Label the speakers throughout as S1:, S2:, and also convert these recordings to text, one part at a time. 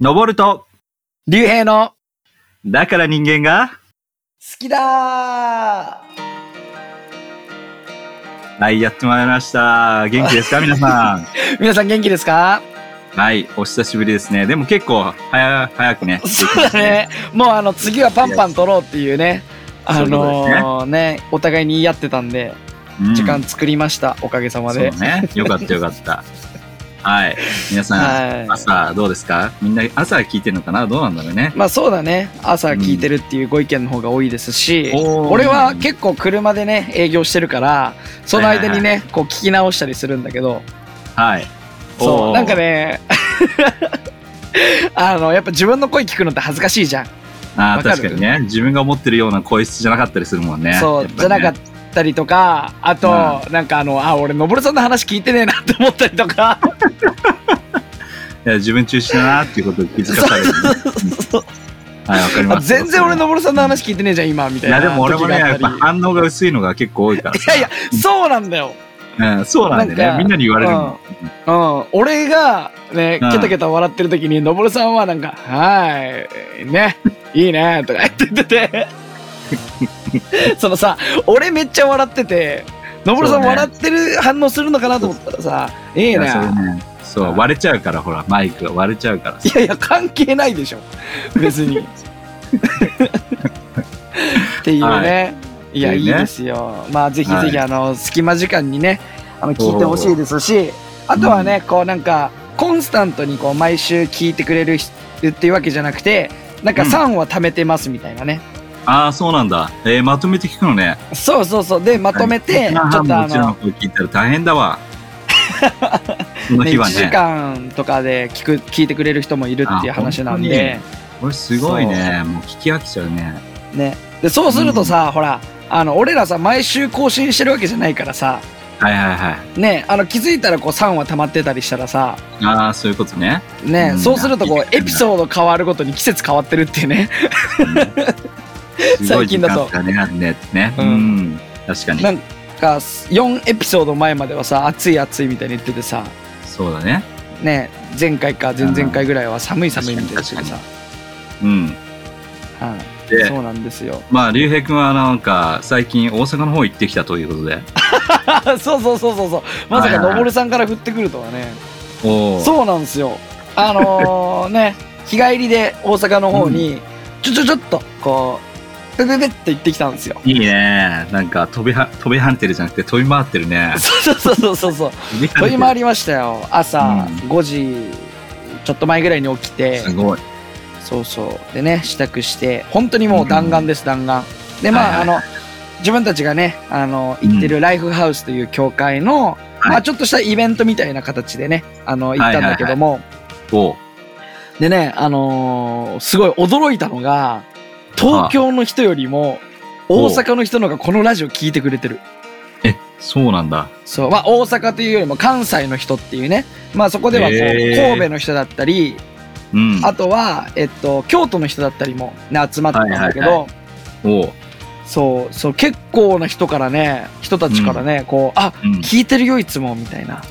S1: 登ると、
S2: 竜兵の
S1: だから人間が、
S2: 好きだー
S1: はい、やってまいりました。元気です か皆さん。
S2: 皆さん元気ですか
S1: はい、お久しぶりですね。でも結構、早、早くね。
S2: そうだね。もうあの次はパンパン取ろうっていうね。あ
S1: そういうこと
S2: の
S1: ですね
S2: ーね、お互いに言い合ってたんで、
S1: うん。
S2: 時間作りました。おかげさま
S1: そう
S2: で。
S1: ね。よかったよかった。はい。皆さん、
S2: は
S1: 朝どうですかみんな朝聞いてるのかなどうなんだろうね
S2: い。。まあそうだね。朝聞いてるっていうご意見の方が多いですし、
S1: おー
S2: 俺は結構車でね、営業してるから、その間に
S1: は
S2: ね、こう聞き直したりするんだけど、
S1: はい。
S2: そ
S1: お
S2: う、
S1: ー
S2: なんか。ね、 あの、やっぱ自分の声聞くのって恥ずかしいじゃん。
S1: あ
S2: わ
S1: ー
S2: かる
S1: 確かにね。自分が思ってるような声質じゃなかったりするもんね。
S2: そう、
S1: やぱね
S2: じゃなかったりとか、あと、なんかあの、あ、俺、のぼるさんの話聞いてねえなって思ったり とか、
S1: いや自分中心だなっていうことを気づかされる。はい、わかります。
S2: 全然俺、のぼるさんの話聞いてねえじゃん、今、みた
S1: い
S2: いな。
S1: や、でも俺もね、
S2: 時があ
S1: や
S2: っ
S1: ったぱ
S2: り
S1: 反応が薄いのが結構多いから
S2: いやいや、そうなんだよ。
S1: や、うん、そうなんだ
S2: な
S1: よ
S2: んか
S1: ね。みんなに言われるもん。
S2: うん、俺が、ね、
S1: うん
S2: ケタケタ笑ってる時に、のぼるさんはなんか、はー い、ね、いいね、とか言って言ってて、そのさ、俺めっちゃ笑ってて、のぼるさん
S1: そうね
S2: 笑ってる反応するのかなと思ったらさ、いい
S1: い
S2: ね。
S1: やそれねそうう、
S2: ん
S1: 割れちゃうから、ほら、マイクが割れちゃうからさ
S2: い。やいや、関係ないでしょ。別に。っていうね。い、や、
S1: って
S2: い
S1: いう
S2: い
S1: ね
S2: ですよ。まあ、ぜひぜひ、
S1: は
S2: あの、隙間時間にね、あの、聞いてほしいですし、あとはね、こう、なんか、コンスタントに、こう、毎週聞いてくれる人っていうわけじゃなくて、なんか
S1: うん
S2: 3は貯めてますみたいなね。
S1: ああ、そうなんだ。えーまとめて聞くのね。
S2: そうそうそう。で、まとめて、ち
S1: ちょ
S2: ょっ
S1: っ
S2: と
S1: と
S2: あ
S1: もちろん
S2: の、
S1: これ聞いたら大変だ わ。その
S2: ね、
S1: 日
S2: 1
S1: は
S2: 時
S1: ね。
S2: 間とかで聞く、聞いてくれる人もいるっていう
S1: あ
S2: 話なん
S1: 本当
S2: で
S1: に。これすごいね。もう聞き飽きちゃうね。
S2: ね、でそうするとさ、ほらあの俺らさ毎週更新してるわけじゃないからさ、
S1: はいはいはい。
S2: ね、あの気づいたらこう3は溜まってたりしたらさ、
S1: ああ、そういうことね。
S2: ね
S1: うん
S2: そうするとこ
S1: いう
S2: エピソード変わるごとに季節変わってるってい うね
S1: すごい
S2: 最近
S1: 時
S2: だと
S1: 間だね、あるねってね。
S2: う
S1: うんん。確かに
S2: な。んか4エピソード前まではさ暑い暑いみたいに言っててさ、
S1: そうだね。
S2: ね、前回か前々回ぐらいは寒い寒いみたいな言っててさ、
S1: うん。
S2: はい
S1: で、
S2: そうなんですよ
S1: まあ、竜兵君はなんか、最近大阪の方行ってきたということで。
S2: そうそうそうそうそうまさか
S1: はいはい
S2: のぼるさんから振ってくるとはね
S1: おお。
S2: そうなんですよ。あのーね、 日帰りで大阪の方に、ちょちょちょっと、こう、ペペペって行ってきたんですよ。
S1: いいね。なんか、飛びは、飛び跳ねてるじゃなくて、飛び回ってるね。
S2: そうそうそうそ うそう。飛び回りましたよ。朝
S1: う
S2: 5時ちょっと前ぐらいに起きて、
S1: すごい。
S2: そうそう。でね、支度して、本当にもう弾丸です、弾丸。で、まあ、
S1: はいは
S2: あの、自分たちがね、あの、行ってるライフハウスという教会の、
S1: はい
S2: まあ、ちょっとしたイベントみたいな形でね、あの、行ったんだけども、
S1: おお。
S2: でね、あのーすごい驚いたのが、東京の人よりも、大
S1: お
S2: 阪の人の方がこのラジオ聞いてくれてる。
S1: え、そうなんだ。
S2: そう。まあ、大阪というよりも関西の人っていうね。まあ、そこではこう、
S1: へー
S2: 神戸の人だったり、
S1: うん。
S2: あとは、えっと、京都の人だったりも、ね、集まってたんだけど、
S1: はいはいおお。
S2: そう、そう、結構な人からね、人たちからね、こう、あ、
S1: うん、
S2: 聞いてるよ、いつも、みたいな、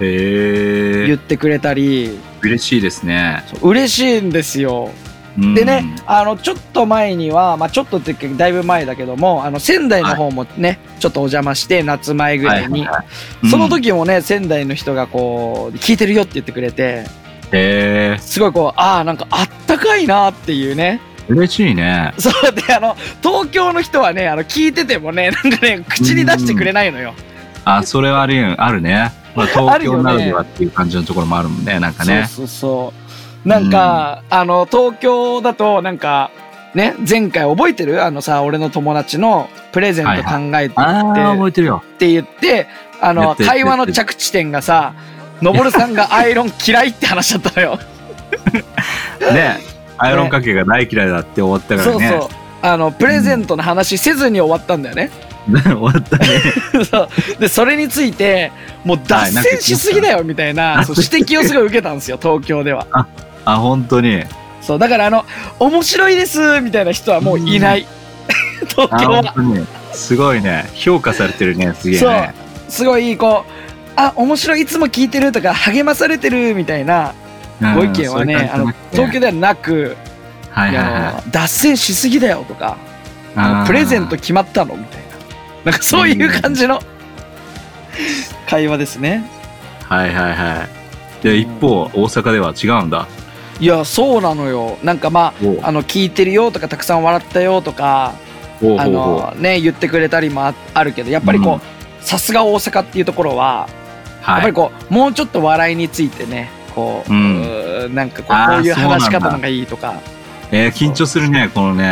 S1: へ
S2: 言
S1: え
S2: っ。てくれたり、
S1: 嬉しいですね。
S2: そう嬉しいんですよ。
S1: うん
S2: でね、あの、ちょっと前には、まあ、ちょっとっていうかだいぶ前だけども、あの、仙台の方もね、ちょっとお邪魔して、夏前ぐらいに、
S1: ははうん
S2: その時もね、仙台の人がこう、聞いてるよって言ってくれて、
S1: へえ。
S2: すごいこう、ああ、なんかあったかいなっていうね。
S1: 嬉しいね。
S2: そうで、あの、東京の人はね、あの、聞いててもね、なんかね、口に出してくれないのよ。
S1: あ、それはあるよあるね。 まあ、
S2: あ
S1: 東
S2: るよ
S1: 京
S2: ね
S1: ならではっていう感じのところもあるもんね。なんかね。
S2: そうそうそう。なんか、あの、東京だと、なんか、ね、前回覚えてるあのさ、俺の友達のプレゼント考えて、
S1: ああ、覚えてるよ。
S2: って言って、あ
S1: や
S2: の、
S1: って
S2: 会話の着地点がさ、のぼるさんがアイロン嫌いって話だったのよ。
S1: ね。アイロンかけが大嫌い だって終わったから
S2: そう
S1: ね
S2: そう。。あの、プレゼントの話せずに終わったんだよね。
S1: 終わったね。
S2: そうで、それについて、もう
S1: は
S2: 脱
S1: いなんか
S2: 線しすぎだよみたいな、そう指摘をすごい受けたんですよ、東京では。
S1: あ、本当に。
S2: そう、だからあの、面白いですみたいな人はもういない。 東
S1: あ、
S2: 京は
S1: 本。当に。すごいね。評価されてるね。すげえね。
S2: すごいこう「あ面白いいつも聞いてる」とか励まされてるみたいな
S1: うん
S2: ご意見はね、
S1: そういう感
S2: あの
S1: じだね
S2: 東京ではなく、
S1: はい
S2: い
S1: はい
S2: やあ
S1: は
S2: の脱線しすぎだよとか、
S1: い
S2: あの
S1: あー
S2: プレゼント決まったのみたいな、なんかそういう感じの会話ですね。
S1: はいはいはいで一方大阪では違うんだ
S2: いや、そうなのよ。なんかま
S1: おう
S2: あ、あの聞いてるよとか、たくさん笑ったよとか、
S1: おう
S2: あ
S1: ほうほう
S2: のね、言ってくれたりもああるけど、やっぱりこ
S1: うん
S2: う、さすが大阪っていうところは、やっ
S1: は
S2: ぱり
S1: い
S2: こう、もうちょっと笑いについてね、こう、
S1: うん
S2: うーなんかこ
S1: あ
S2: う
S1: ー
S2: こういう
S1: そうなんだ
S2: 話し方のがいいとか、
S1: えー緊張するねこのね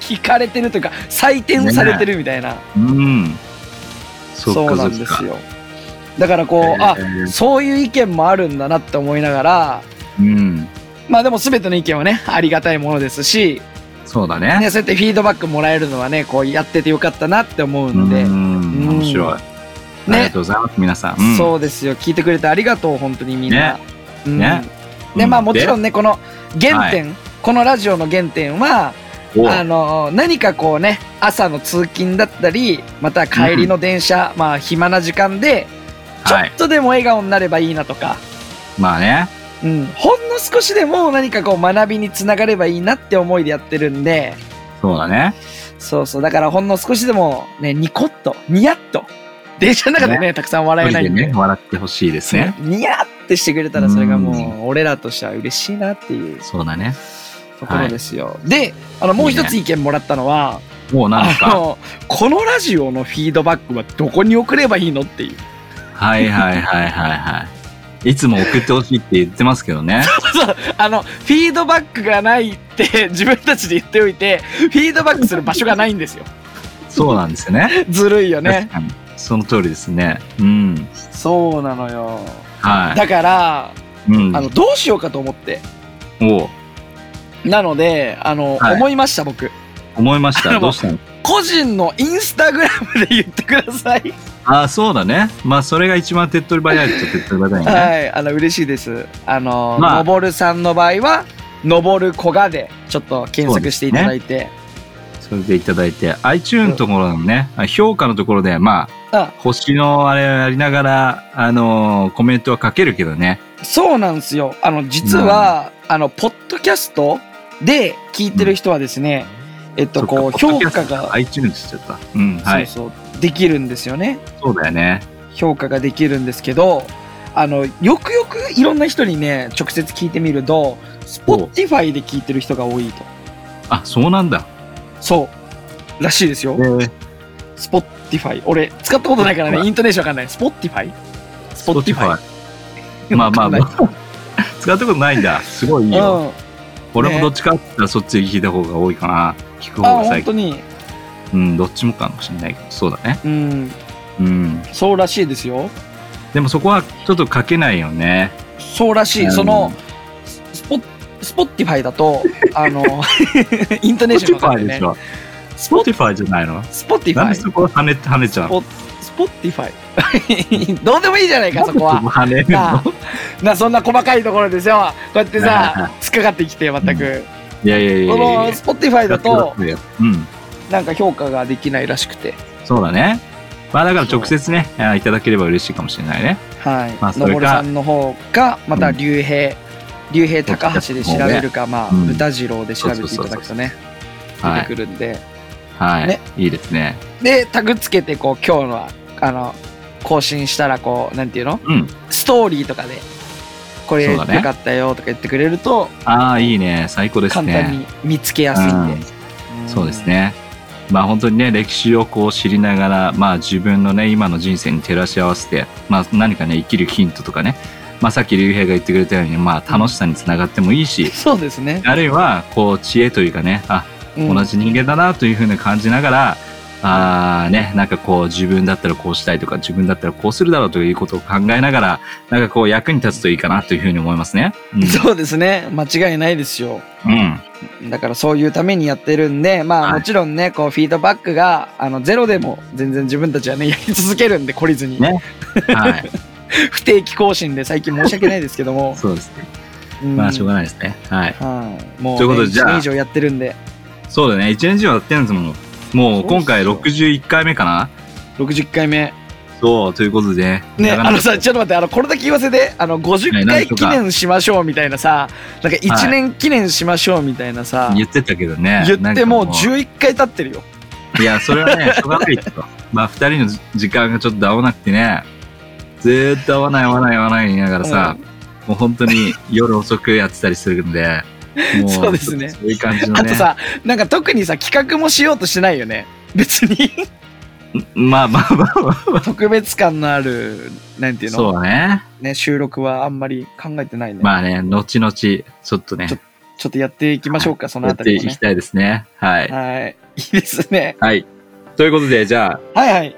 S2: 聞かれてるというか、採点されてるみたいな、
S1: うんそ
S2: そ
S1: っ
S2: う
S1: か
S2: な
S1: そ
S2: んで
S1: っか
S2: すよ。だからこう、あ
S1: えー
S2: そういう意見もあるんだなって思いながら、
S1: うん
S2: まあでも全ての意見はね、ありがたいものですし、
S1: そうだね
S2: ね、そうやってフィードバックもらえるのはね、こうやっててよかったなって思う
S1: う
S2: ので、
S1: ん面白いあ
S2: ね
S1: りがとうございます皆さんうん
S2: そうですよ、聞いてくれてありがとう、本当にみんな。うん
S1: ね
S2: で、
S1: う
S2: まあもちろん
S1: で
S2: ね、この原点、このラジオの原点は、
S1: おう
S2: あの何かこうね朝の通勤だったりまた帰りの電車、まあ暇な時間でちょ
S1: はい
S2: っとでも笑顔になればいいなとか、
S1: まあね
S2: うん、ほんの少しでも何かこう学びにつながればいいなって思いでやってるんで
S1: そうだね
S2: そうそうだからほんの少しでもねニコッとニヤッと電車の中でねたくさん笑え
S1: 一
S2: ない
S1: 人
S2: ん
S1: で
S2: で
S1: ね。笑ってほしいですね
S2: そうニヤッてしてくれたらそれが
S1: う
S2: もう俺らとしては嬉しいなっていう
S1: そうだね
S2: ところですよ、であのもう一つ意見もらったのは
S1: もうなんです
S2: あ
S1: か
S2: のこのラジオのフィードバックはどこに送ればいいのっていう
S1: はいはいはいはいはいいつも送ってほしいって言ってますけどね
S2: そうあのフィードバックがないって自分たちで言っておいてフィードバックする場所がないん ですよ
S1: そうなんですよね
S2: ずるいよ
S1: 確
S2: ね
S1: かにその通りですねうん
S2: そうなのよ
S1: は
S2: だから
S1: いうん
S2: あのどうしようかと思って
S1: おう
S2: なのであの、
S1: はい
S2: 思いました僕
S1: 思いまし
S2: あ
S1: た
S2: の
S1: どうしたの
S2: 個人のインスタグラムで言ってください、
S1: ああそうだねまあそれが一番手っ取り早いっちゃ手っ取り早いね
S2: はいあの嬉しいですあの、
S1: まあ
S2: のぼるさんの場合は「のぼるこが」でちょっと検索していただいて、
S1: それでいただいて iTune のところのねあ評価のところでま
S2: あ
S1: あ星のあれやりながらあのーコメントは書けるけどね
S2: そうなんですよ。あの、実は、あの、ポッドキャストで聞いてる人はですね、えっと、こう、評価が、
S1: iTune って言っちゃったうんはい
S2: そうそう、できるんですよね。
S1: そうだよね
S2: 評価ができるんですけど、あの、よくよくいろんな人にね、直接聞いてみると、Spotify で聞いてる人が多いと。
S1: あそうなんだ
S2: そう。らしいですよ。Spotify。俺、使ったことないからね、
S1: Spotify
S2: イントネーションわかんない。Spotify?
S1: Spotify
S2: Spotify。
S1: まあまあま
S2: わ
S1: あ 使ったことないんだすごいいい
S2: かん
S1: よ、
S2: ない。うん。
S1: 俺もどっちかって言ったらそっち聞いた方が多いかな聞く方
S2: あ、
S1: が
S2: 本
S1: 最
S2: 当
S1: 近
S2: に。
S1: うんどっちもかもしれないけどそうだね
S2: うん。
S1: うん
S2: そうらしいですよ。
S1: でもそこはちょっと書けないよね
S2: そうらしい。
S1: うん
S2: その、スポスポッティファイだと、あ の、イントネーションがかか
S1: Spotify
S2: る
S1: で
S2: ね
S1: し。ょ
S2: スポ
S1: Spotify じゃないの
S2: スポッティフ
S1: なん
S2: ァ
S1: で
S2: イ。
S1: そこ跳ね跳ねちゃうの
S2: スポッティファイ。どう でもいいじゃないか、そこは。
S1: 跳ねる
S2: なあ
S1: の
S2: なそんな細かいところですよ。こうやって
S1: はいは
S2: さ、突っかかってきて、全く。
S1: いやいやいや
S2: こ
S1: いやい
S2: の
S1: や
S2: スポッティファイだと、
S1: うん
S2: なんか評価ができないらしくて。
S1: そうだねまあだから直接ねあいただければ嬉しいかもしれないね
S2: はい。
S1: まあそれか
S2: のぼるさんの方か、また、
S1: うん
S2: 竜兵。竜兵高橋で調べるか、まあ、
S1: うん
S2: 豚次郎で調べていただくとね、
S1: は
S2: 出て
S1: い
S2: くるんで。
S1: はい、
S2: ね
S1: いいですね
S2: でタグつけてこう今日のはあの更新したらこうなんていうの
S1: うん
S2: ストーリーとかでこれ
S1: そう
S2: よ
S1: だね
S2: かったよとか言ってくれると
S1: ああいいね最高です
S2: 簡
S1: ね
S2: 単に見つけやすいんで、ん
S1: そうですね。まあ本当にね歴史をこう知りながら、まあ、自分のね今の人生に照らし合わせて、まあ、何かね生きるヒントとかね、まあ、さっき竜兵が言ってくれたように、まあ、楽しさにつながってもいいし
S2: そうですね、
S1: あるいはこう知恵というかねあ
S2: うん
S1: 同じ人間だなというふうに感じながら、あーねなんかこう自分だったらこうしたいとか自分だったらこうするだろうということを考えながらなんかこう役に立つといいかなというふうに思いますね。 う
S2: そうですね間違いないですよ
S1: ん、うん
S2: だからそういうためにやってるんでまあ
S1: はい
S2: もちろんねこうフィードバックがあのゼロでも全然自分たち はねやり続けるんで懲りずに、
S1: ねはい、
S2: 不定期更新で最近申し訳ないですけど も、
S1: そうですね。
S2: うん
S1: まあしょうがないですね。はい。
S2: はいもう、ね、
S1: ということでじゃあ
S2: 1年以上やってるんで
S1: そうだね、1年以上やってるんですもん。もう今回
S2: そうっすよ
S1: 61回目かな
S2: 60回目
S1: そう、ということでね。
S2: ね、
S1: なかな
S2: あ
S1: か
S2: のさ、ちょっと待って、あの、これだけ言わせて、あの、
S1: は
S2: 50
S1: いなんでし
S2: 回
S1: ょう
S2: 記
S1: か
S2: 念しましょうみたいなさ、なんか
S1: は
S2: 1
S1: い
S2: 年記念しましょうみたいなさ、
S1: 言ってたけどね。
S2: 言ってもう
S1: なんか
S2: 11回経ってるよ。
S1: いや、それはね、しょうがないと。 まあ、二人のじ時間がちょっと合わなくてね、ずーっと合わない合わない合わない言いながらさ、もう本当に夜遅くやってたりするんで、も
S2: そうですね
S1: そういう感じのね。
S2: あとさ、なんか特にさ、企画もしようとしてないよね。別に
S1: まあまあまあま
S2: 特別感のある、なんて
S1: あ、
S2: いうの、
S1: そうね。
S2: ね、収録はあんまり考えてないね。
S1: まあね、後々、ちょっとね
S2: ちょっ、ちょっとやっていきましょうか、その
S1: や
S2: あ
S1: ったて
S2: り
S1: い
S2: もね
S1: き。たいですね。はい。
S2: はい。 いいですね。
S1: はい。ということで、じゃあ、
S2: はいはい。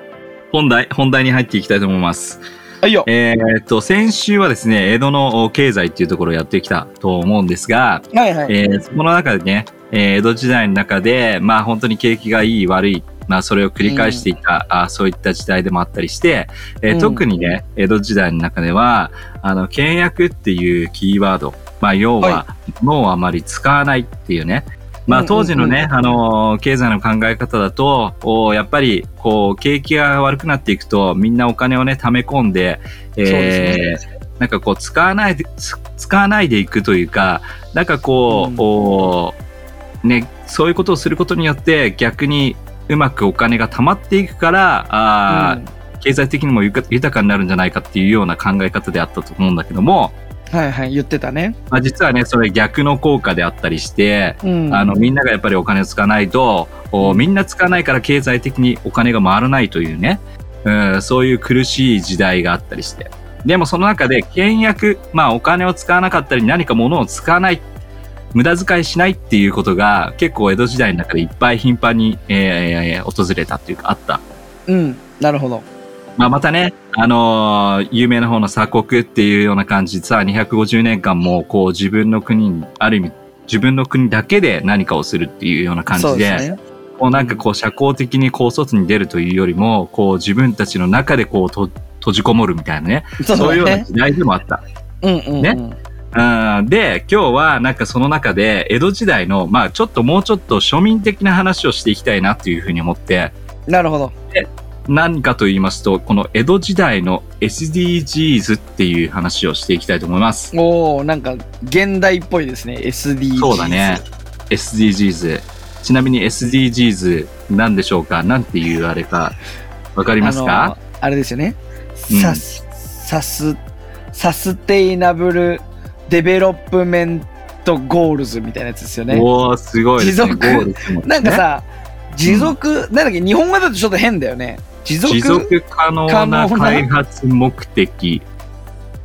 S1: 本題、本題に入っていきたいと思います。
S2: あ、いいよ。
S1: えーっと、先週はですね、江戸の経済っていうところをやってきたと思うんですが、
S2: はいはい。
S1: えーそこの中でね、えー江戸時代の中で、まあ本当に景気がいい悪い、まあそれを繰り返していた、あそういった時代でもあったりして、えー
S2: うん
S1: 特にね、江戸時代の中では、あの、倹約っていうキーワード、まあ要
S2: は
S1: は、脳をあまり使わないっていうね、ま
S2: う
S1: あ
S2: んうんうん
S1: 当時のね、あのー経済の考え方だと、おやっぱり、こう、景気が悪くなっていくと、みんなお金をね、溜め込んで、えー
S2: そうです
S1: なんかこう、使わないで、つ使わないでいくというか、なんかこう、
S2: うん
S1: おね、そういうことをすることによって、逆にうまくお金が溜まっていくから、あー
S2: うん
S1: 経済的にもゆか豊かになるんじゃないかっていうような考え方であったと思うんだけども、
S2: はいはい、言ってたね。
S1: まあ、実はね、それ逆の効果であったりして、
S2: うん。
S1: あの、みんながやっぱりお金を使わないと、おみんな使わないから経済的にお金が回らないというね、うん、そういう苦しい時代があったりして。でもその中で、倹約、まあお金を使わなかったり何か物を使わない、無駄遣いしないっていうことが結構江戸時代の中でいっぱい頻繁に、えー訪れたというかあった。
S2: うん。なるほど。
S1: まあまたね、あのー有名な方の鎖国っていうような感じでさ、250年間もこう自分の国に、ある意味自分の国だけで何かをするっていうような感じ
S2: そう
S1: で、
S2: ですね。
S1: こうなんかこう社交的にこう外に出るというよりも、こう自分たちの中でこうと閉じこもるみたいなね、
S2: そう
S1: そういうよう
S2: だ
S1: な
S2: ね。
S1: 時代でもあった。
S2: うんうんうん。
S1: ねうんで、今日はなんかその中で江戸時代の、まあちょっともうちょっと庶民的な話をしていきたいなというふうに思って、
S2: なるほど。
S1: 何かと言いますと、この江戸時代の SDGs っていう話をしていきたいと思います。
S2: おおなんか、現代っぽいですね。SDGs。
S1: そうだね。。SDGs。ちなみに SDGs なんでしょうかなんていうあれか、わかりますか、
S2: あのあれですよね。
S1: うん
S2: サス、サス、サステイナブルデベロップメントゴールズみたいなやつですよね。
S1: おおすごいですね。
S2: 持続
S1: ゴールですもね
S2: なんか、さ、持続、なんだっけ、日本語だとちょっと変だよね。持続
S1: 持続可能な開発目的、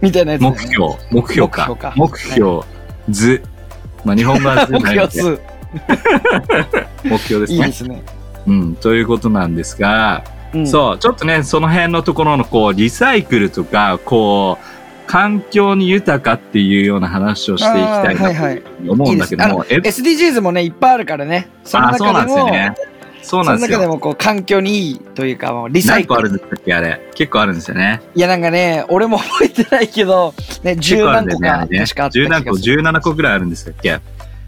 S2: みたいなやつだよ
S1: 目
S2: ね、
S1: 標、目標
S2: 目標か
S1: か。目標、図。まあ、日本語は図
S2: 目
S1: ない
S2: 標
S1: ので、
S2: 数。
S1: 目標です
S2: いいで
S1: ね。
S2: すね。
S1: うん、ということなんですが、
S2: うん
S1: そう、ちょっとね、その辺のところの、こう、リサイクルとか、こう、環境に豊かっていうような話をしていきたい
S2: あーはいは
S1: ないと思うんだけども、え
S2: SDGs もね、いっぱいあるからね。その
S1: あーそうな
S2: 中
S1: ん
S2: で
S1: ですよ
S2: も、
S1: ね。そうな
S2: その
S1: んです
S2: 中で
S1: よ。
S2: もこう環境にいいというか、もうリサ
S1: 何
S2: イク
S1: 個ある
S2: ル。
S1: んでしたっけ、あれ。結構あるんですよね。
S2: いや、なんかね、俺も覚えてないけど、ね、
S1: 結
S2: 10
S1: 構ある
S2: 何
S1: んだ
S2: 個
S1: よねあ
S2: か、
S1: れね
S2: 確かあった気
S1: 10
S2: が
S1: 何
S2: す
S1: 個、
S2: る。
S1: 17個ぐらいあるんですよっけ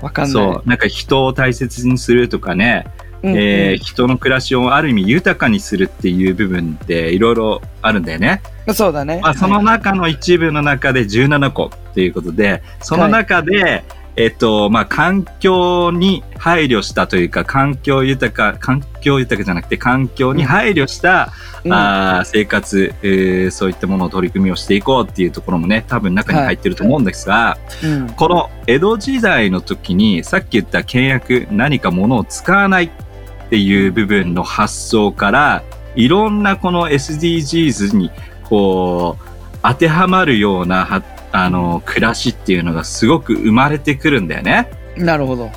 S2: わかんない。
S1: そう。なんか人を大切にするとかね、
S2: うんうん
S1: えー人の暮らしをある意味豊かにするっていう部分っていろいろあるんだよね。
S2: そうだね。
S1: まあ、その中の一部の中で17個っていうことで、その中で、えっと、まあ、環境に配慮したというか、環境豊か、環境豊かじゃなくて、環境に配慮した、
S2: うん
S1: あー生活、えーそういったものを取り組みをしていこうっていうところもね、多分中に入ってると思うんですが、
S2: うん
S1: この江戸時代の時にさっき言った倹約何か物を使わないっていう部分の発想からいろんなこの SDGs にこう当てはまるようなはあの暮らしっていうのがすごく生まれてくるんだよね。
S2: なるほど。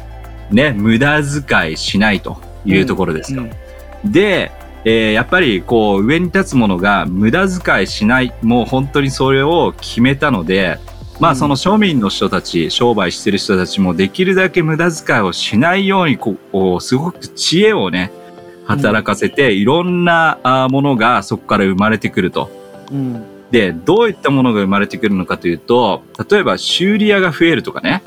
S1: ね無駄遣いしないというところですよ。
S2: うん
S1: で、えーやっぱりこう上に立つものが無駄遣いしないもう本当にそれを決めたのでま
S2: う
S1: あ
S2: ん
S1: その庶民の人たち、商売してる人たちもできるだけ無駄遣いをしないようにここうすごく知恵をね働かせて、いろんなあーものがそこから生まれてくると。
S2: うん。
S1: でどういったものが生まれてくるのかというと例えば修理屋が増えるとかね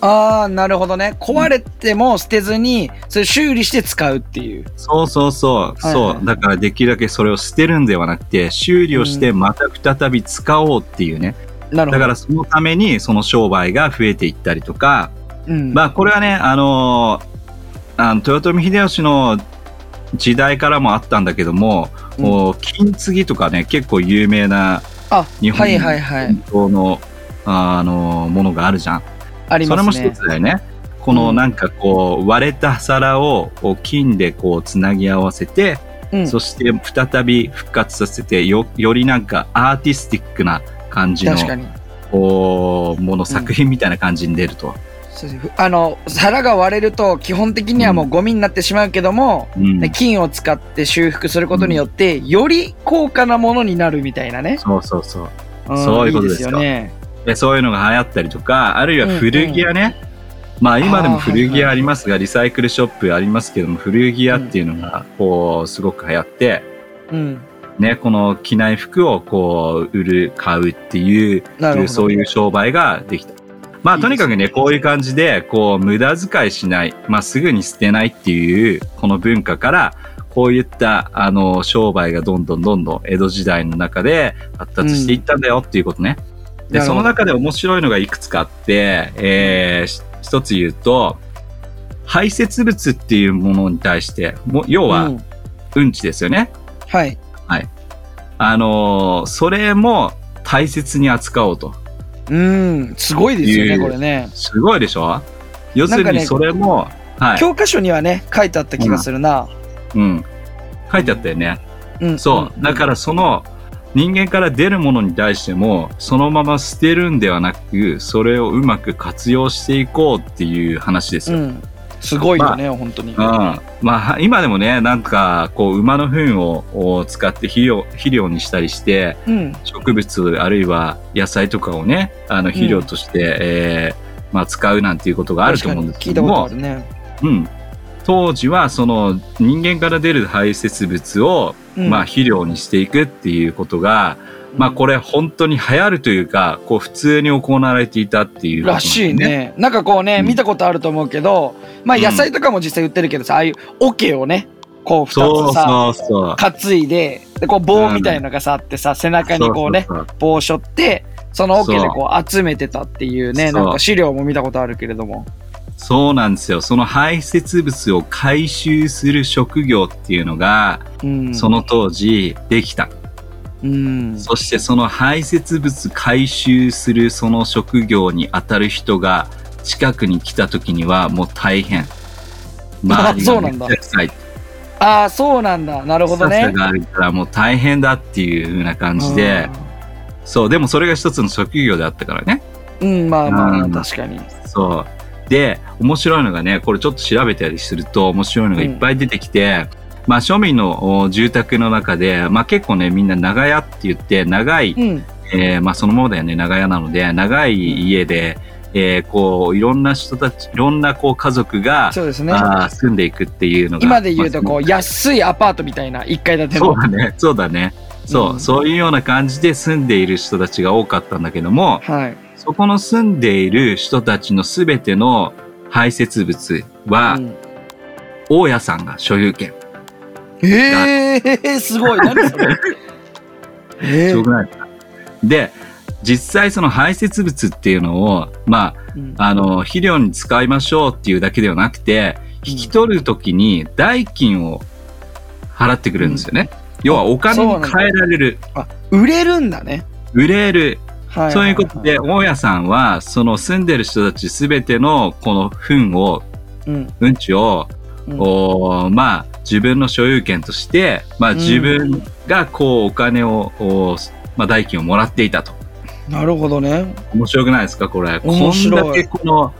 S2: ああ、なるほどね。壊れても捨てずに、それ修理して使うっていう。
S1: そうそうそう、
S2: はいはいはい
S1: そう。だからできるだけそれを捨てるんではなくて、修理をしてまた再び使おうっていうね。
S2: なるほ
S1: だ
S2: ど。
S1: からそのためにその商売が増えていったりとか、
S2: うん。
S1: まあこれはね、あのーあの豊臣秀吉の時代からもあったんだけども、
S2: うん
S1: もう金継ぎとかね、結構有名な
S2: あ、
S1: 日本
S2: はいはいはい
S1: 伝。統の、あのーものがあるじゃん。
S2: あり
S1: それも
S2: ます
S1: 一
S2: ね。
S1: つだよね。このなんかこう割れた皿をこう金でこうつなぎ合わせて、
S2: うん
S1: そして再び復活させてよよりなんかアーティスティックな感じの
S2: 確かに。
S1: こうもの作品みたいな感じに出ると、
S2: そうですあの、皿が割れると、基本的にはもうゴミになってしまうけども、
S1: うん
S2: ね金を使って修復することによって、より高価なものになるみたいなね。
S1: そうそうそうんそういうことですか
S2: よね。
S1: でそういうのが流行ったりとかあるいは古着屋ね、まあ今でも古着屋ありますが、リサイクルショップありますけども古着屋っていうのがこうすごく流行って、
S2: うん。
S1: ね、この着ない服をこう売る買うっていう
S2: なるほど。
S1: そういう商売ができた。まあ、
S2: いいで
S1: と
S2: すね
S1: にかくね、こういう感じで、こう、無駄遣いしない、まあ、すぐに捨てないっていう、この文化から、こういった、あの、商売がどんどんどんどん江戸時代の中で発達していったんだよっていうことね。で、
S2: なる
S1: そ
S2: ほど
S1: の中で面白いのがいくつかあって、えーし一つ言うと、排泄物っていうものに対して、も要
S2: う
S1: は
S2: ん、
S1: うんちですよね。
S2: はい。
S1: あのーそれも大切に扱おうと。
S2: うん。すごいですよ
S1: い
S2: ね、
S1: う
S2: これね。
S1: すごいでしょ要する
S2: なんか
S1: に
S2: ね
S1: それも、はい、
S2: 教科書にはね、書いてあった気がするな。
S1: うん、書いてあったよね。
S2: うん。
S1: そう。だからその人間から出るものに対しても、そのまま捨てるんではなく、それをうまく活用していこうっていう話です
S2: う
S1: よ。
S2: ん。すごいよね、本当に。
S1: うん。まあ、今でもね、なんか、こう、馬の糞をを使って肥料、肥料にしたりして、
S2: うん。
S1: 植物あるいは野菜とかをねあの肥料として、えーまあ、使うなんていうことがあると思うんです
S2: 確かに聞
S1: け
S2: いた
S1: ど
S2: こと
S1: も、
S2: あるね。
S1: うん、当時はその人間から出る排泄物を、
S2: うん
S1: まあ、肥料にしていくっていうことが、まあ、これ本当に流行るというかこう普通に行われていたっていうことなん
S2: ら
S1: です
S2: しいね。なんかこうね、
S1: うん
S2: 見たことあると思うけど、まあ
S1: うん
S2: 野菜とかも実際売ってるけどさ、ああいう桶をね、こう二
S1: そう
S2: つさ、
S1: そうそう
S2: 担いで、でこう棒みたいのがさあってさ、背中にこうね、
S1: そうそうそう
S2: 棒しょって、その桶で
S1: そう
S2: こう集めてたっていうね、
S1: そう
S2: なんか資料も見たことあるけれども。
S1: そうなんですよその排泄物を回収する職業っていうのが、
S2: うん。
S1: その当時できた
S2: うん。
S1: そしてその排泄物回収するその職業に当たる人が近くに来た時にはもう大 変。周り
S2: そう
S1: が
S2: な
S1: め
S2: ん
S1: っ
S2: だ
S1: ちゃ臭い。
S2: ああ、そうなんだ。なるほど
S1: 臭さ
S2: ね。
S1: があるからもう大変だっていう風な感じで。そう、でもそれが一つの職業であったからね。
S2: うん、うんまあま
S1: う
S2: あ、
S1: ん
S2: 確かに。
S1: そう。で、面白いのがね、これちょっと調べたりすると面白いのがいっぱい出てきて、まあ庶民のお住宅の中で、まあ結構ね、みんな長屋って言って、長い
S2: うん。
S1: えーまあ、そのままだよね長屋なので長い家で、えーこういろんな人たちいろんなこう家族が、
S2: そうですね。
S1: あー住んでいくっていうのが
S2: 今で言うとこう、
S1: まあ
S2: 安いアパートみたいな、1階建て
S1: そ
S2: の
S1: う。だねそうだねそう、
S2: うん
S1: そういうような感じで住んでいる人たちが多かったんだけども
S2: はい。
S1: そこの住んでいる人たちの全ての排泄物は、
S2: うん
S1: 大家さんが所有権、
S2: ええー、すごい。何それ。ええ
S1: すごくないですかで実際その排泄物っていうのをまあ
S2: うん
S1: あの、肥料に使いましょうっていうだけではなくて、
S2: うん
S1: 引き取るときに代金を払ってくれるんですよね。要はお金に変えられる、
S2: 売れるんだね。
S1: 売れる。
S2: はい。
S1: そういうことで、大家さんは、その住んでる人たちすべてのこの糞を、
S2: うん。
S1: うんちを、
S2: うん
S1: おーまあ、自分の所有権として、まあ、
S2: うん
S1: 自分がこうお金を、おーまあ、代金をもらっていたと。
S2: なるほどね。
S1: 面白くないですかこれ。
S2: 面白い
S1: こんだけこの、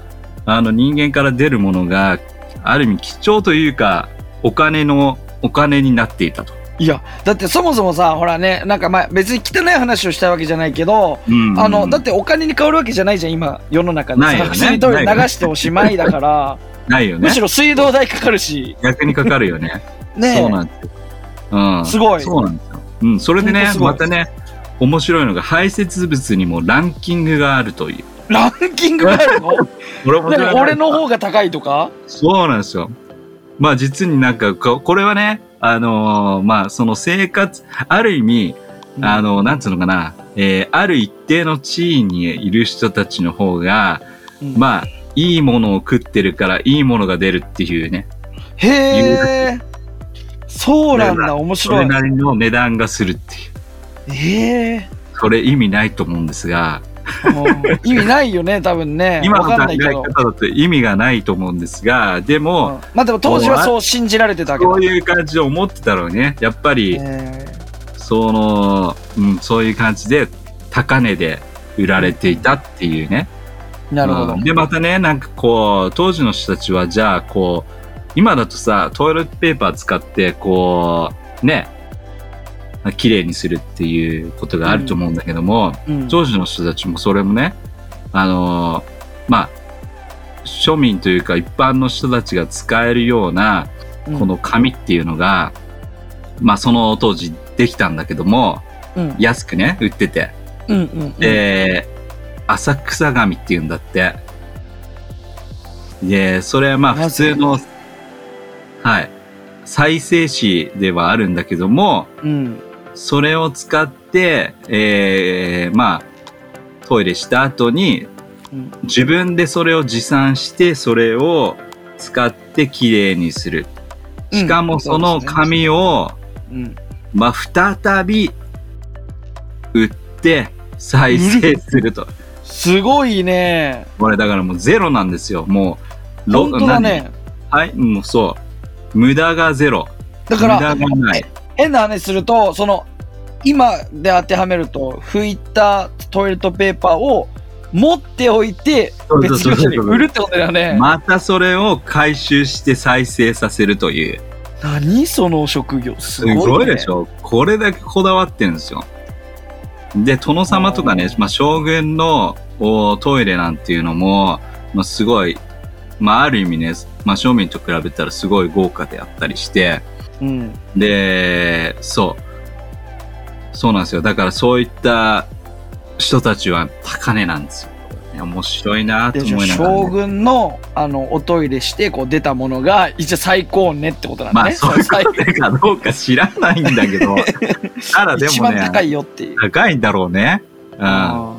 S1: あの人間から出るものが、ある意味貴重というか、お金の、お金になっていたと。
S2: いや、だってそもそもさ、ほらね、なんかまあ別に汚い話をしたいわけじゃないけど、
S1: うん
S2: あの、だってお金に変わるわけじゃないじゃん、今、世の中で
S1: ないよね
S2: さ。普通にトイレ流しておしまいだから、
S1: ないよね
S2: むし。ろ水道代かかるし、
S1: 逆にかかるよね。
S2: ね
S1: そうなんですよ。うん。
S2: すごい
S1: そうなんですよ。うん。それで
S2: ほん
S1: ね
S2: と、すごい
S1: またね、面白いのが排泄物にもランキングがあるという。
S2: ランキングがあるの
S1: 俺も知らなか
S2: 何
S1: った
S2: 俺の方が高いとか
S1: そうなんですよ。まあ実になんかこ、これはね、あのーまあその生活、ある意味、あのなんつうのかな、えーある一定の地位にいる人たちの方が、
S2: うん
S1: まあ、いいものを食ってるから、いいものが出るっていうね、
S2: へえそうなんだ面
S1: そ
S2: 白
S1: れ
S2: い
S1: なりの値段がするっていう。
S2: へえ
S1: それ意味ないと思うんですが、
S2: うん意味ないよね多分ね
S1: 今の
S2: わか
S1: 考
S2: んな
S1: え
S2: いけど、
S1: 方だと意味がないと思うんですが、で
S2: うん
S1: も、
S2: まあでも当時はそう信じられてたわけど
S1: そういう感じで思ってたろうね。やっぱり、その、うん、そういう感じで高値で売られていたっていうね。
S2: なるほど、
S1: うんで、またね、なんかこう、当時の人たちはじゃあこう、今だとさ、トイレットペーパー使って、こう、ね、まあ綺麗にするっていうことがあると思うんだけども、
S2: うん
S1: 当時の人たちもそれもね、あのーまあ、庶民というか一般の人たちが使えるような、
S2: うん
S1: この紙っていうのが、まあその当時できたんだけども、
S2: うん
S1: 安くね、売ってて。
S2: うんうんうん
S1: で、浅草紙っていうんだって。で、それはまあ普
S2: マジで
S1: 通の、はい、再生紙ではあるんだけども、
S2: うん
S1: それを使って、えーまあ、トイレした後に、
S2: うん
S1: 自分でそれを持参して、それを使ってきれいにする。
S2: うん
S1: しかもその紙を、
S2: うん
S1: まあ、再び、売って、再生すると。
S2: すごいね
S1: これだからもうゼロなんですよ。もう、ロ
S2: 本当だ。ね
S1: 何はい、もうそう。無駄がゼロ。
S2: だから
S1: 無駄がない。
S2: 変な話するとその今で当てはめると拭いたトイレットペーパーを持っておいて別の人に売るってことだよね、
S1: またそれを回収して再生させるという。
S2: 何その職業す
S1: す
S2: ごい,、ね、
S1: ごいでしょ。これだけこだわってるんですよ。で、殿様とかね
S2: お、ー
S1: まあ、将軍のおトイレなんていうのも、まあ、すごい、まあ、ある意味ね、まあ、庶民と比べたらすごい豪華であったりして、
S2: うん
S1: で、そう。そうなんですよ。だからそういった人たちは高値なんですよ。ね面白いなと
S2: で
S1: 思
S2: じゃ
S1: いな
S2: あ
S1: がらね、
S2: 将軍のあのおトイレしてこう出たものが一応最高値ってことなん
S1: ま
S2: だ
S1: あ
S2: ね、
S1: そういうことかどうか知らないんだけ ど、ただで
S2: 一
S1: も
S2: 番
S1: ね、
S2: 高いよっていう。
S1: 高いんだろうね。うん。
S2: あ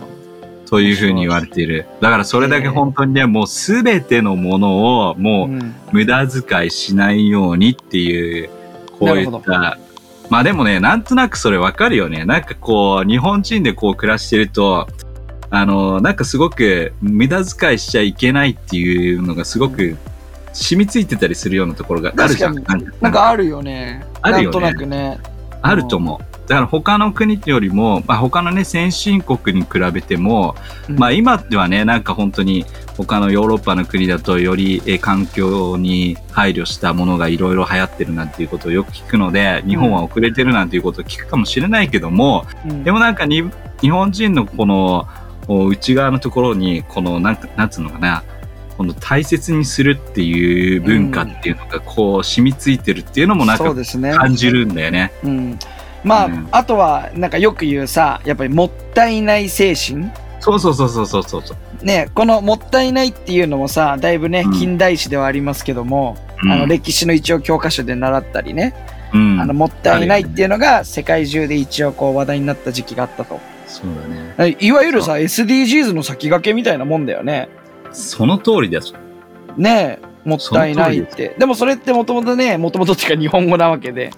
S1: というふうに言われている。だからそれだけ本当にね、もうすべてのものを
S2: ー
S1: も
S2: う
S1: うん無駄遣いしないようにっていう、こういっ
S2: な
S1: た。まあでもね、なんとなくそれわかるよね。なんかこう、日本人でこう暮らしてると、あの、なんかすごく無駄遣いしちゃいけないっていうのがすごく染みついてたりするようなところがあるじゃん。
S2: 確
S1: なんか
S2: なんかあるよね。
S1: あるよね
S2: なんとなくね。
S1: あると思う。だから他の国よりも、まあ、他のね、先進国に比べても、
S2: うん
S1: まあ今ではね、なんか本当に他のヨーロッパの国だとよりえー環境に配慮したものがいろいろ流行ってるなんていうことをよく聞くので、日本は遅れてるなんていうことを聞くかもしれないけども、
S2: うん
S1: でもなんかに日本人のこのお内側のところに、このなんか、なんつうのかな、この大切にするっていう文化っていうのがこう染みついてるっていうのもなん
S2: そう
S1: か
S2: ですね。
S1: 感じるんだよね。
S2: うん。まあ、
S1: うん
S2: あとは、なんかよく言うさ、やっぱりもったいない精神
S1: そうそうそうそうそうそうそう。
S2: ね、このもったいないっていうのもさ、だいぶね
S1: うん、
S2: 近代史ではありますけども、あの歴史の一応教科書で習ったりね、
S1: うん、
S2: あのもったいないっていうのが世界中で一応こう話題になった時期があったと。
S1: そうだね。
S2: いわゆるさ、SDGs の先駆けみたいなもんだよね。
S1: その通りです。
S2: ねえ、もったいないっ
S1: その
S2: て。でもそれってもともとね、もともとっていうか日本語なわ けで。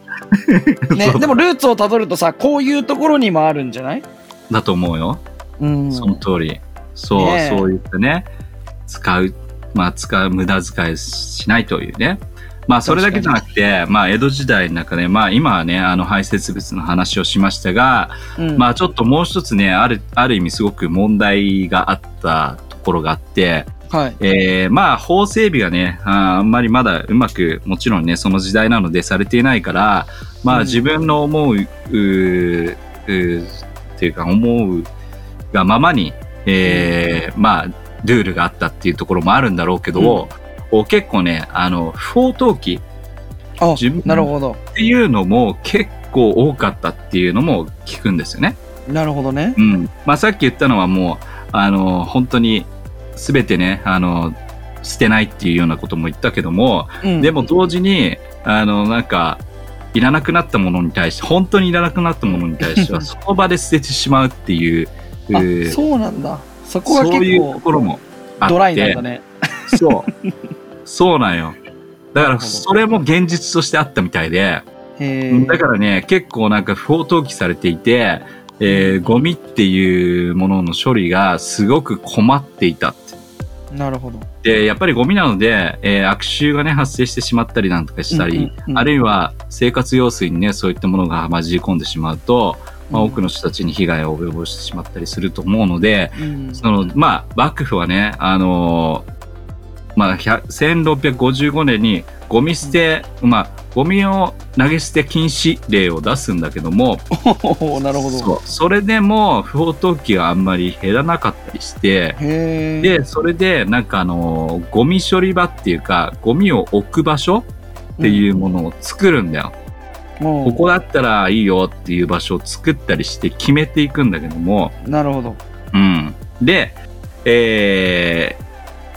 S2: ね
S1: そ、う
S2: でもルーツをたどるとさ、こういうところにもあるんじゃない
S1: だと思うよ。
S2: うん。
S1: その通り。そう、
S2: ねえ
S1: そういったね、使う、まあ、使う、無駄遣いしないというね。まあ、それだけじゃなくて、まあ、江戸時代の中で、まあ、今はね、あの、排泄物の話をしましたが、
S2: うん
S1: まあ、ちょっともう一つね、ある、ある意味すごく問題があったところがあって、
S2: はい。
S1: えーまあ、法整備がね、あーあんまりまだうまく、もちろんね、その時代なのでされていないから、まあ、
S2: うん
S1: 自分の思う、うーうーっていうか、思うがままに、えーまあ、ルールがあったっていうところもあるんだろうけど、お結構ね、あの、不法投棄
S2: あ
S1: 自分、
S2: なるほど。
S1: っていうのも結構多かったっていうのも聞くんですよね。
S2: なるほどね。
S1: うん。まあ、さっき言ったのはもう、あの、本当に全てね、あの、捨てないっていうようなことも言ったけども、
S2: うん
S1: でも同時に、あの、なんか、いらなくなったものに対して、本当にいらなくなったものに対 しては、その場で捨ててしまうっていう、う
S2: あ
S1: ー
S2: そうなんだそこが
S1: そうい
S2: 結
S1: うとこ
S2: 構
S1: ろもあって。
S2: ドライなんだね
S1: そう。そうなんよ。だか
S2: なる
S1: ら、
S2: ほど
S1: それも現実としてあったみたいで、
S2: へー
S1: だからね、結構なんか不法投棄されていて、えーゴミっていうものの処理がすごく困っていたって。
S2: なるほど
S1: で、やっぱりゴミなので、えー悪臭がね、発生してしまったりなんとかしたり、
S2: うんうんうん
S1: あるいは生活用水にね、そういったものが混じり込んでしまうと、まあ、多くの人たちに被害を及ぼしてしまったりすると思うので、
S2: うん
S1: そのまあ幕府はねあのーまあ100 1655年にゴミ捨て、まあゴミを投げ捨て禁止令を出すんだけども
S2: おーなるほど
S1: そうそれでも不法投棄があんまり減らなかったりして
S2: へえ
S1: でそれでなんかあのーゴミ処理場っていうかゴミを置く場所っていうものを作るんだよ、こ
S2: こ
S1: こだったらいいよっていう場所を作ったりして決めていくんだけども、
S2: なるほど
S1: うん、で、えー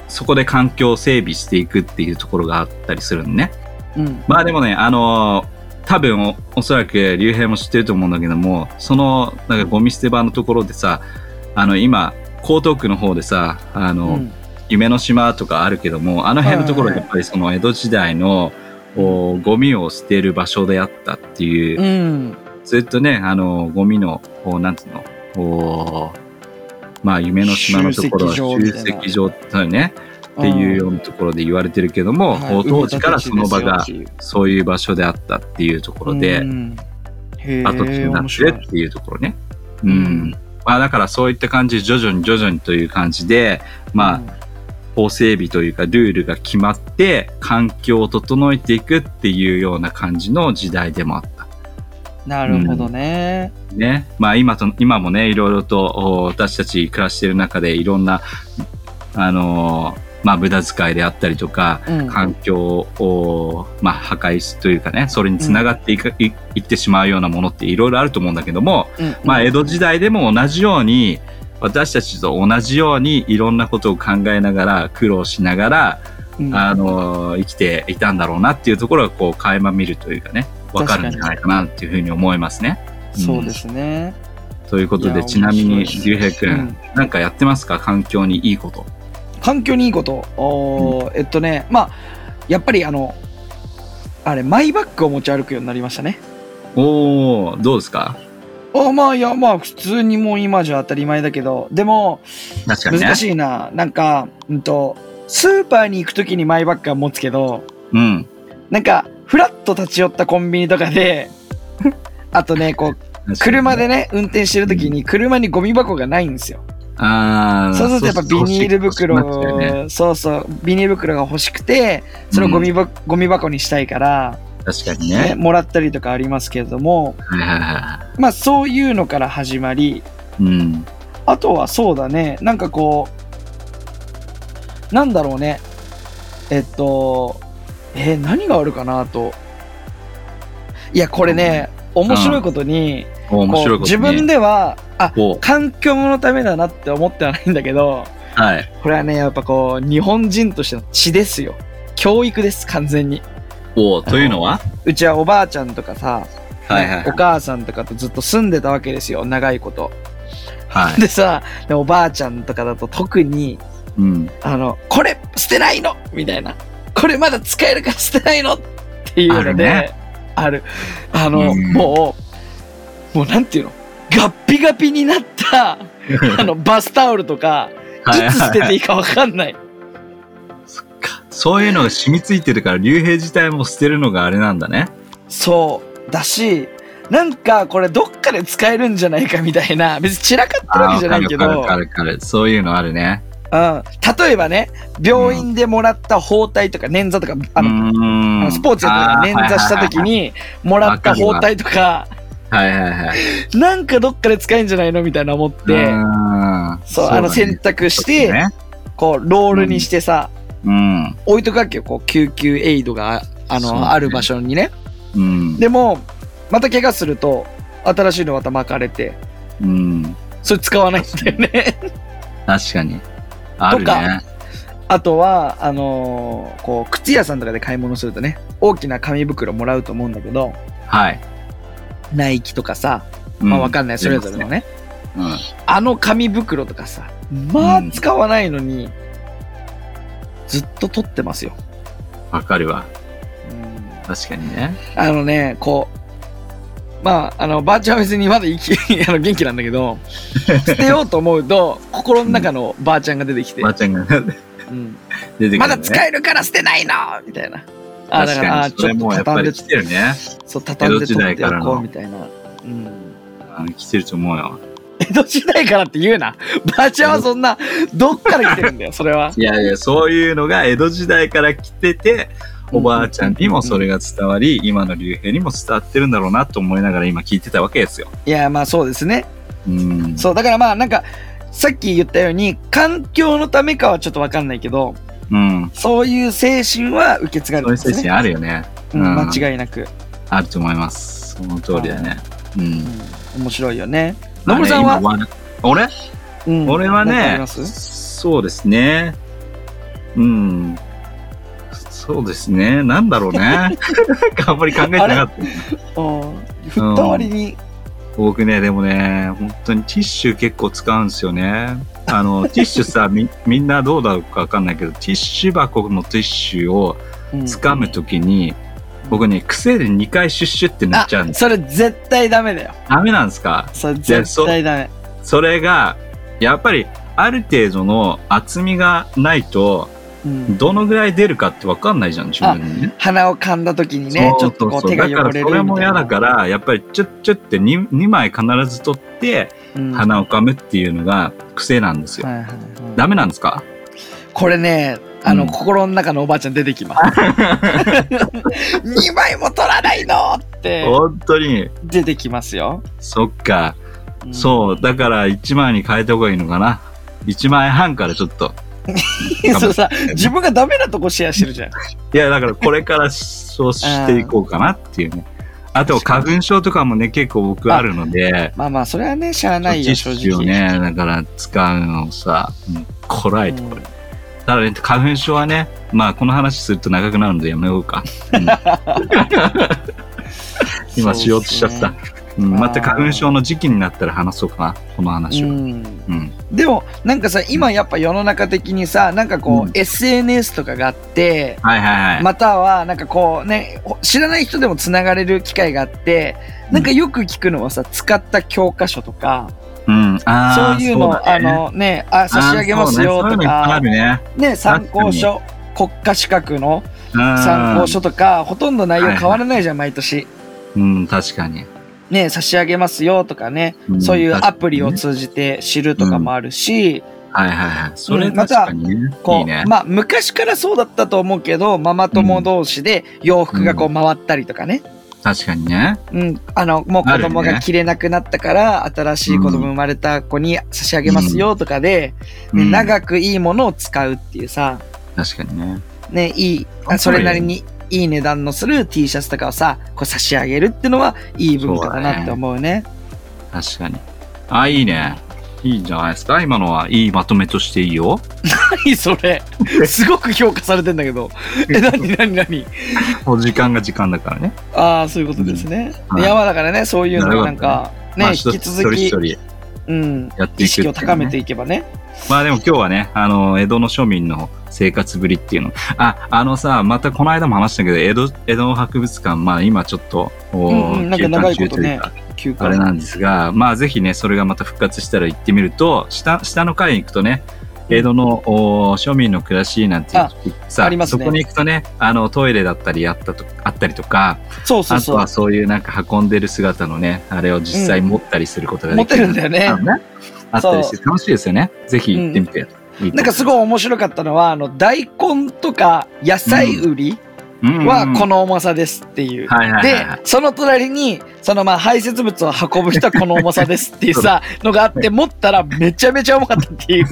S1: そこで環境を整備していくっていうところがあったりするのね。
S2: うん
S1: まあでもね、あのー多分おおそらく竜兵も知ってると思うんだけども、そのなんかゴミ捨て場のところでさ、あの今、江東区の方でさ、あの、
S2: うん
S1: 夢の島とかあるけども、あの辺のところ
S2: はい
S1: で
S2: はい
S1: やっぱりその江戸時代の、おゴミを捨てる場所であったっていう
S2: うん
S1: ずっとね、あの、ゴミの、こう、なんつうの、こう、まあ、夢の島のところは
S2: 集積場みたいな
S1: 集積場ってね、っていうようなところで言われてるけども、
S2: はい
S1: こう当時からその場
S2: 埋め
S1: が
S2: 立て地ですよ
S1: そういう場所であったっていうところで、
S2: うんへ
S1: 跡地に
S2: え
S1: なっ
S2: 面
S1: て
S2: 白
S1: る
S2: い
S1: っていうところね。う
S2: うん
S1: ん。まあ、だからそういった感じで徐々に徐々にという感じで、まあ、法整備というかルールが決まって、環境を整えていくっていうような感じの時代でもあった。
S2: うんなるほどね
S1: ね、まあ今と、今もね、いろいろとお私たち暮らしている中でいろんな、あのーまあ無駄遣いであったりとか、
S2: うん
S1: 環境を、まあ、破壊しというかね、それにつながっていく、いいってしまうようなものっていろいろあると思うんだけども、
S2: うん
S1: まあ江戸時代でも同じように、私たちと同じようにいろんなことを考えながら苦労しながら、
S2: うん
S1: あのー生きていたんだろうなっていうところがこう垣間見るというかね、わかるんじゃないかなっていうふうに思いますね。
S2: そうですね
S1: ということ
S2: い
S1: で、
S2: や
S1: ちなみに、
S2: 面白
S1: 竜兵
S2: い
S1: く、
S2: うんん
S1: なんかやってますか環境にいいこと。
S2: 環境にいいことおーえっとねまあやっぱりあのあれマイバッグを持ち歩くようになりましたね
S1: おー、どうですか
S2: あまあいやまあ普通にもう今じゃ当たり前だけどでも
S1: 確かにね。
S2: 難
S1: い。
S2: しいな、なんか、うんと、スーパーに行くときにマイバッグは持つけど、
S1: うん。
S2: なんか、フラッと立ち寄ったコンビニとかで、 あとね、こう、車でね、運転してるときに、車にゴミ箱がないんですよ。
S1: あー。
S2: そうするとやっぱビニール袋
S1: そうそうそうなっちゃうよね
S2: そうそう、ビニール袋が欲しくて、そのゴミ箱、ゴミ箱にしたいから、
S1: 確かに
S2: ね、
S1: ね。
S2: もらったりとかありますけれども、
S1: はいはいは
S2: まあそういうのから始まり、
S1: い。うん。
S2: あとはそうだね、なんかこう、なんだろうね、えっと、えー何があるかなと。いや、これね、面白いことに、
S1: お面白いこと、ね。
S2: こう自分では、あ、
S1: お
S2: 環境のためだなって思ってはないんだけど、
S1: はい。
S2: これはね、やっぱこう、日本人としての血ですよ。教育です、完全に。
S1: おというのは
S2: うちはおばあちゃんとかさ、
S1: はいはいはい
S2: お母さんとかとずっと住んでたわけですよ、長いこと。
S1: はい。
S2: でさ、でおばあちゃんとかだと特に、
S1: うん。
S2: あの、これ捨てないのみたいな。これまだ使えるから捨てないのっていうので、
S1: あるね
S2: ある。あの、
S1: うん
S2: もう、もうなんていうのガッピガピにな った、 あの、バスタオルとか、いつ捨てていいかわかんない。
S1: そういうのが染みついてるから、竜兵自体も捨てるのがあれなんだね。
S2: そう。だし、なんかこれどっかで使えるんじゃないかみたいな、別に散らかってるわ
S1: あ
S2: け
S1: ー
S2: じゃ
S1: わ
S2: な
S1: か
S2: い
S1: る
S2: け
S1: わかる
S2: ど
S1: わ、かるわかる。そういうのあるね。
S2: うん、例えばね、病院でもらった包帯とか捻挫とか、あの、あ
S1: の
S2: のスポーツやって捻挫した時。にもらった包帯とか、
S1: あーはいはいはいはいはいはいはい。
S2: なんかどっかで使えんじゃないのみたいな思って、
S1: ん
S2: そう、あ
S1: だ
S2: の
S1: ね
S2: 洗濯し
S1: ちょっと
S2: て、
S1: ね
S2: こう、ロールにしてさ、
S1: うん。
S2: 置いとくわけよ、こう、救急エイドが、あ
S1: そうね
S2: の、ある場所にね。
S1: うん。
S2: でも、また怪我すると、新しいのまた巻かれて、
S1: うん。
S2: それ使わないんだよね。
S1: 確かに。あるね。
S2: あとは、あのーこう、靴屋さんとかで買い物するとね、大きな紙袋もらうと思うんだけど、
S1: はい。
S2: ナイキとかさ、まあわかんない、それぞれの
S1: ね。
S2: ね、
S1: うん
S2: あの紙袋とかさ、まあ
S1: うん
S2: 使わないのに、ずっと取ってますよ。
S1: わかるわ。
S2: うん
S1: 確かにね。
S2: あのね、こう、まあ、あの、ばあちゃんは別にまだ生き、 あの、元気なんだけど、捨てようと思 うと、心の中のばあちゃんが出てきて、
S1: ばあちゃんが
S2: うん
S1: 出てくる、ね。
S2: まだ使
S1: え
S2: えるから捨てないのみたいな。あ、だ
S1: 確
S2: から、
S1: か
S2: あ
S1: に。
S2: ち
S1: それ
S2: ょっと
S1: もうやっぱ
S2: 畳ん
S1: り
S2: で
S1: 来、てるね。
S2: そう、畳んで
S1: 江戸時
S2: 取っ
S1: 代
S2: てお
S1: から
S2: こう、
S1: の
S2: みたいな。うん。
S1: うん来てると思うよ。
S2: 江戸時代からって言うな。ばあちゃんはそんな、どっから来てるんだよ、そ れは。
S1: いやいや、そういうのが江戸時代から来てて、おばあちゃんにもそれが伝わり、今の竜兵にも伝わってるんだろうなと思いながら今聞いてたわけですよ。
S2: いや、まあそうですね。
S1: うん。
S2: そう、だからまあなんか、さっき言ったように、環境のためかはちょっとわかんないけど、
S1: うん。
S2: そういう精神は受け継がれ
S1: そ
S2: て
S1: ういう
S2: ます
S1: 精
S2: ね。
S1: 神あるよね。
S2: うん
S1: うん
S2: 間違いなく、
S1: あると思います。その通りだね。うん。
S2: うん面白いよね。
S1: まあ
S2: 野
S1: ね
S2: 村さんは、
S1: 今俺
S2: うん
S1: 俺は
S2: なんかあり
S1: ね
S2: ま、す
S1: そうですね。うん。そうですね。なんだろう ね。なんかあんまり考えてなかった。
S2: うん振った割に、
S1: 僕ね、でもね、本当にティッシュ結構使うんですよね。あ の、ティッシュさ、み、みんなどうだろうかわかんないけど、ティッシュ箱のティッシュを
S2: うん
S1: 掴むときに、僕ね、癖で2回シュッシュってなっちゃうん
S2: あ
S1: です。
S2: それ絶対ダメだよ。
S1: ダメなんですか
S2: それ絶対ダメ。
S1: それが、やっぱり、ある程度の厚みがないと、
S2: うん
S1: どのぐらい出るかってわかんないじゃん、自分にね。
S2: 鼻を噛んだ時にね、ち
S1: そ
S2: ょ
S1: う
S2: っとこう
S1: そうそう
S2: 手
S1: だ
S2: が汚
S1: から
S2: れるみ
S1: そ
S2: た
S1: れ
S2: いな。
S1: も嫌だから、やっぱりチュッチュッってに 2, 枚必ず取って、
S2: うん、
S1: 鼻を噛むっていうのが癖なんですよ。
S2: はいはいはい
S1: ダメなんですか
S2: これね、あの、
S1: うん
S2: 心の中のおばあちゃん出て きます。2枚も取らないのって
S1: 本当に。
S2: 出てきますよ。
S1: そっか。
S2: うん
S1: そう。だから1枚に変えた方がいいのかな。1枚半からちょっと。
S2: そうさ、自分がダメなとこシェアしてるじゃん。
S1: いや、だからこれ からそうしていこうかなっていうね。あと、
S2: 確かに
S1: 花粉症とかもね、結構僕あるので、
S2: まあまあ、それはね、しゃあ
S1: テ
S2: な
S1: ィ
S2: い
S1: ッ
S2: よ、正
S1: シュを
S2: 直。
S1: ね、だから使うのをさ、うんこらえてこれ。
S2: うん
S1: ただね、花粉症はね、まあこの話すると長くなるのでやめようか。うん今しようとしちゃった。うん、また花粉症の時期になったら話そうかな、この話
S2: う
S1: を。
S2: ん、
S1: うん。
S2: でもなんかさ今やっぱ世の中的にさなんかこう、
S1: うん
S2: SNS とかがあって
S1: はいはいはい。
S2: またはなんかこうねほ知らない人でもつながれる機会があってなんかよく聞くのはさ使った教科書とか
S1: うん、あ
S2: そ
S1: あ、
S2: ういう
S1: そ
S2: の
S1: だ
S2: あ
S1: ね
S2: のねあ差し上げます
S1: あ
S2: よ
S1: ーそ
S2: と
S1: うねそういうの
S2: か
S1: いっぱいあるね。
S2: ね参考書国家資格の参考書とかほとんど内容変わらないじゃん毎年
S1: うん、うん、確かに。
S2: ね差し上げますよとかねそういうアプリを
S1: つ
S2: 通じて知るとかもあるし、
S1: はいはいはい。それ
S2: うんま
S1: 確
S2: た
S1: かにね。
S2: こう
S1: いいね。
S2: まあ昔からそうだったと思うけどママ友同士で洋服がこう回ったりとかね、
S1: 確かにね。
S2: うんあのもう子供
S1: ある
S2: が
S1: ね
S2: 着れなくなったから、新しい子供生まれた子に差し上げますよとかで、ね
S1: うん
S2: 長くいいものを使うっていうさ、
S1: 確かにね。
S2: ね、いいあそれなりにいい値段のする T シャツとかをさこう差し上げるってのはいい文化だなって思うね。
S1: 確かに。あ、いいね。いいんじゃないですか今のはいいまとめとしていいよ。
S2: 何 それすごく評価されてんだ けどえ何何何
S1: もう時間が時間だからね。
S2: ああそういうことですね。
S1: うんはい
S2: いやまあだからねそういうのがなんかね
S1: まあ
S2: 引き
S1: 一
S2: 続
S1: 人一
S2: き
S1: 人
S2: うん、
S1: やっていくっていうね
S2: 意識を高めていけばね。
S1: まあでも今日はね、あの、江戸の庶民の生活ぶりっていうの。あ、あのさ、またこの間も話したけど、江戸、江戸博物館、まあ今ちょっと、お
S2: うんうんなんか長いこと
S1: 休館中とい
S2: ね
S1: うか
S2: 休
S1: あ
S2: 館
S1: れなんですが、まあぜひね、それがまた復活したら行ってみると、下、下の階に行くとね、江戸の、お庶民の暮らしなんていう
S2: あ
S1: さ
S2: ありますね
S1: そこに行くとね、あの、トイレだったりやったと、あったりとか、
S2: そうそう
S1: あと
S2: そう
S1: は。そういうなんか運んでる姿のね、あれを実際持ったりすることがで
S2: 持っ
S1: き
S2: て
S1: る。
S2: るんだよね。
S1: ね。あったりして楽しいですよね。ぜひ行ってみて。いいと
S2: なんかすごい面白かったのは、あの、大根とか野菜売りはこの重さですっていう。
S1: はいはいはい
S2: で
S1: はい、
S2: その隣に、そのまあ排泄物を運ぶ人はこの重さですっていうさ、のがあって、持ったらめちゃめちゃ重かったっ ていう。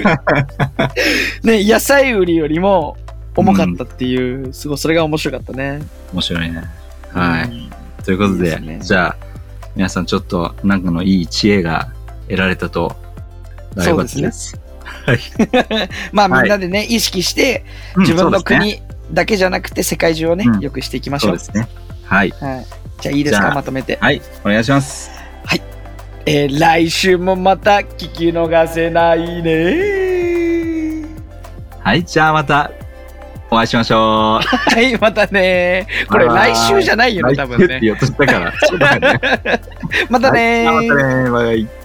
S2: ね、野菜売りよりも重かったっていう、すごい、それが面白かったね。
S1: 面白いね。は
S2: う
S1: い。
S2: ん。
S1: ということ
S2: いい
S1: で、
S2: ですね
S1: じゃあ、皆さんちょっとなんかのいい知恵が得られたと、大
S2: そう
S1: バ
S2: ですね
S1: です。はい
S2: まあ
S1: はい
S2: みんなでね、意識して、
S1: うん
S2: 自分
S1: そ
S2: の
S1: うですね
S2: 国だけじゃなくて世界中をね
S1: う、ん
S2: 良くしていきまし
S1: そ
S2: ょ
S1: う
S2: う
S1: で。すね。はい。
S2: はい。じゃあいいです
S1: じ
S2: か
S1: ゃあ
S2: まとめて。
S1: はい。お願いします。
S2: えー来週もまた聞き逃せないね。
S1: はい。じゃあまたお会いしましょう。
S2: はい、またね。これ
S1: バイバイ
S2: 来週じゃないよね、多分
S1: 来週って
S2: ね。
S1: 言おうとしたから。そうだよね。
S2: またね
S1: はいじゃあまたね。バイバイ。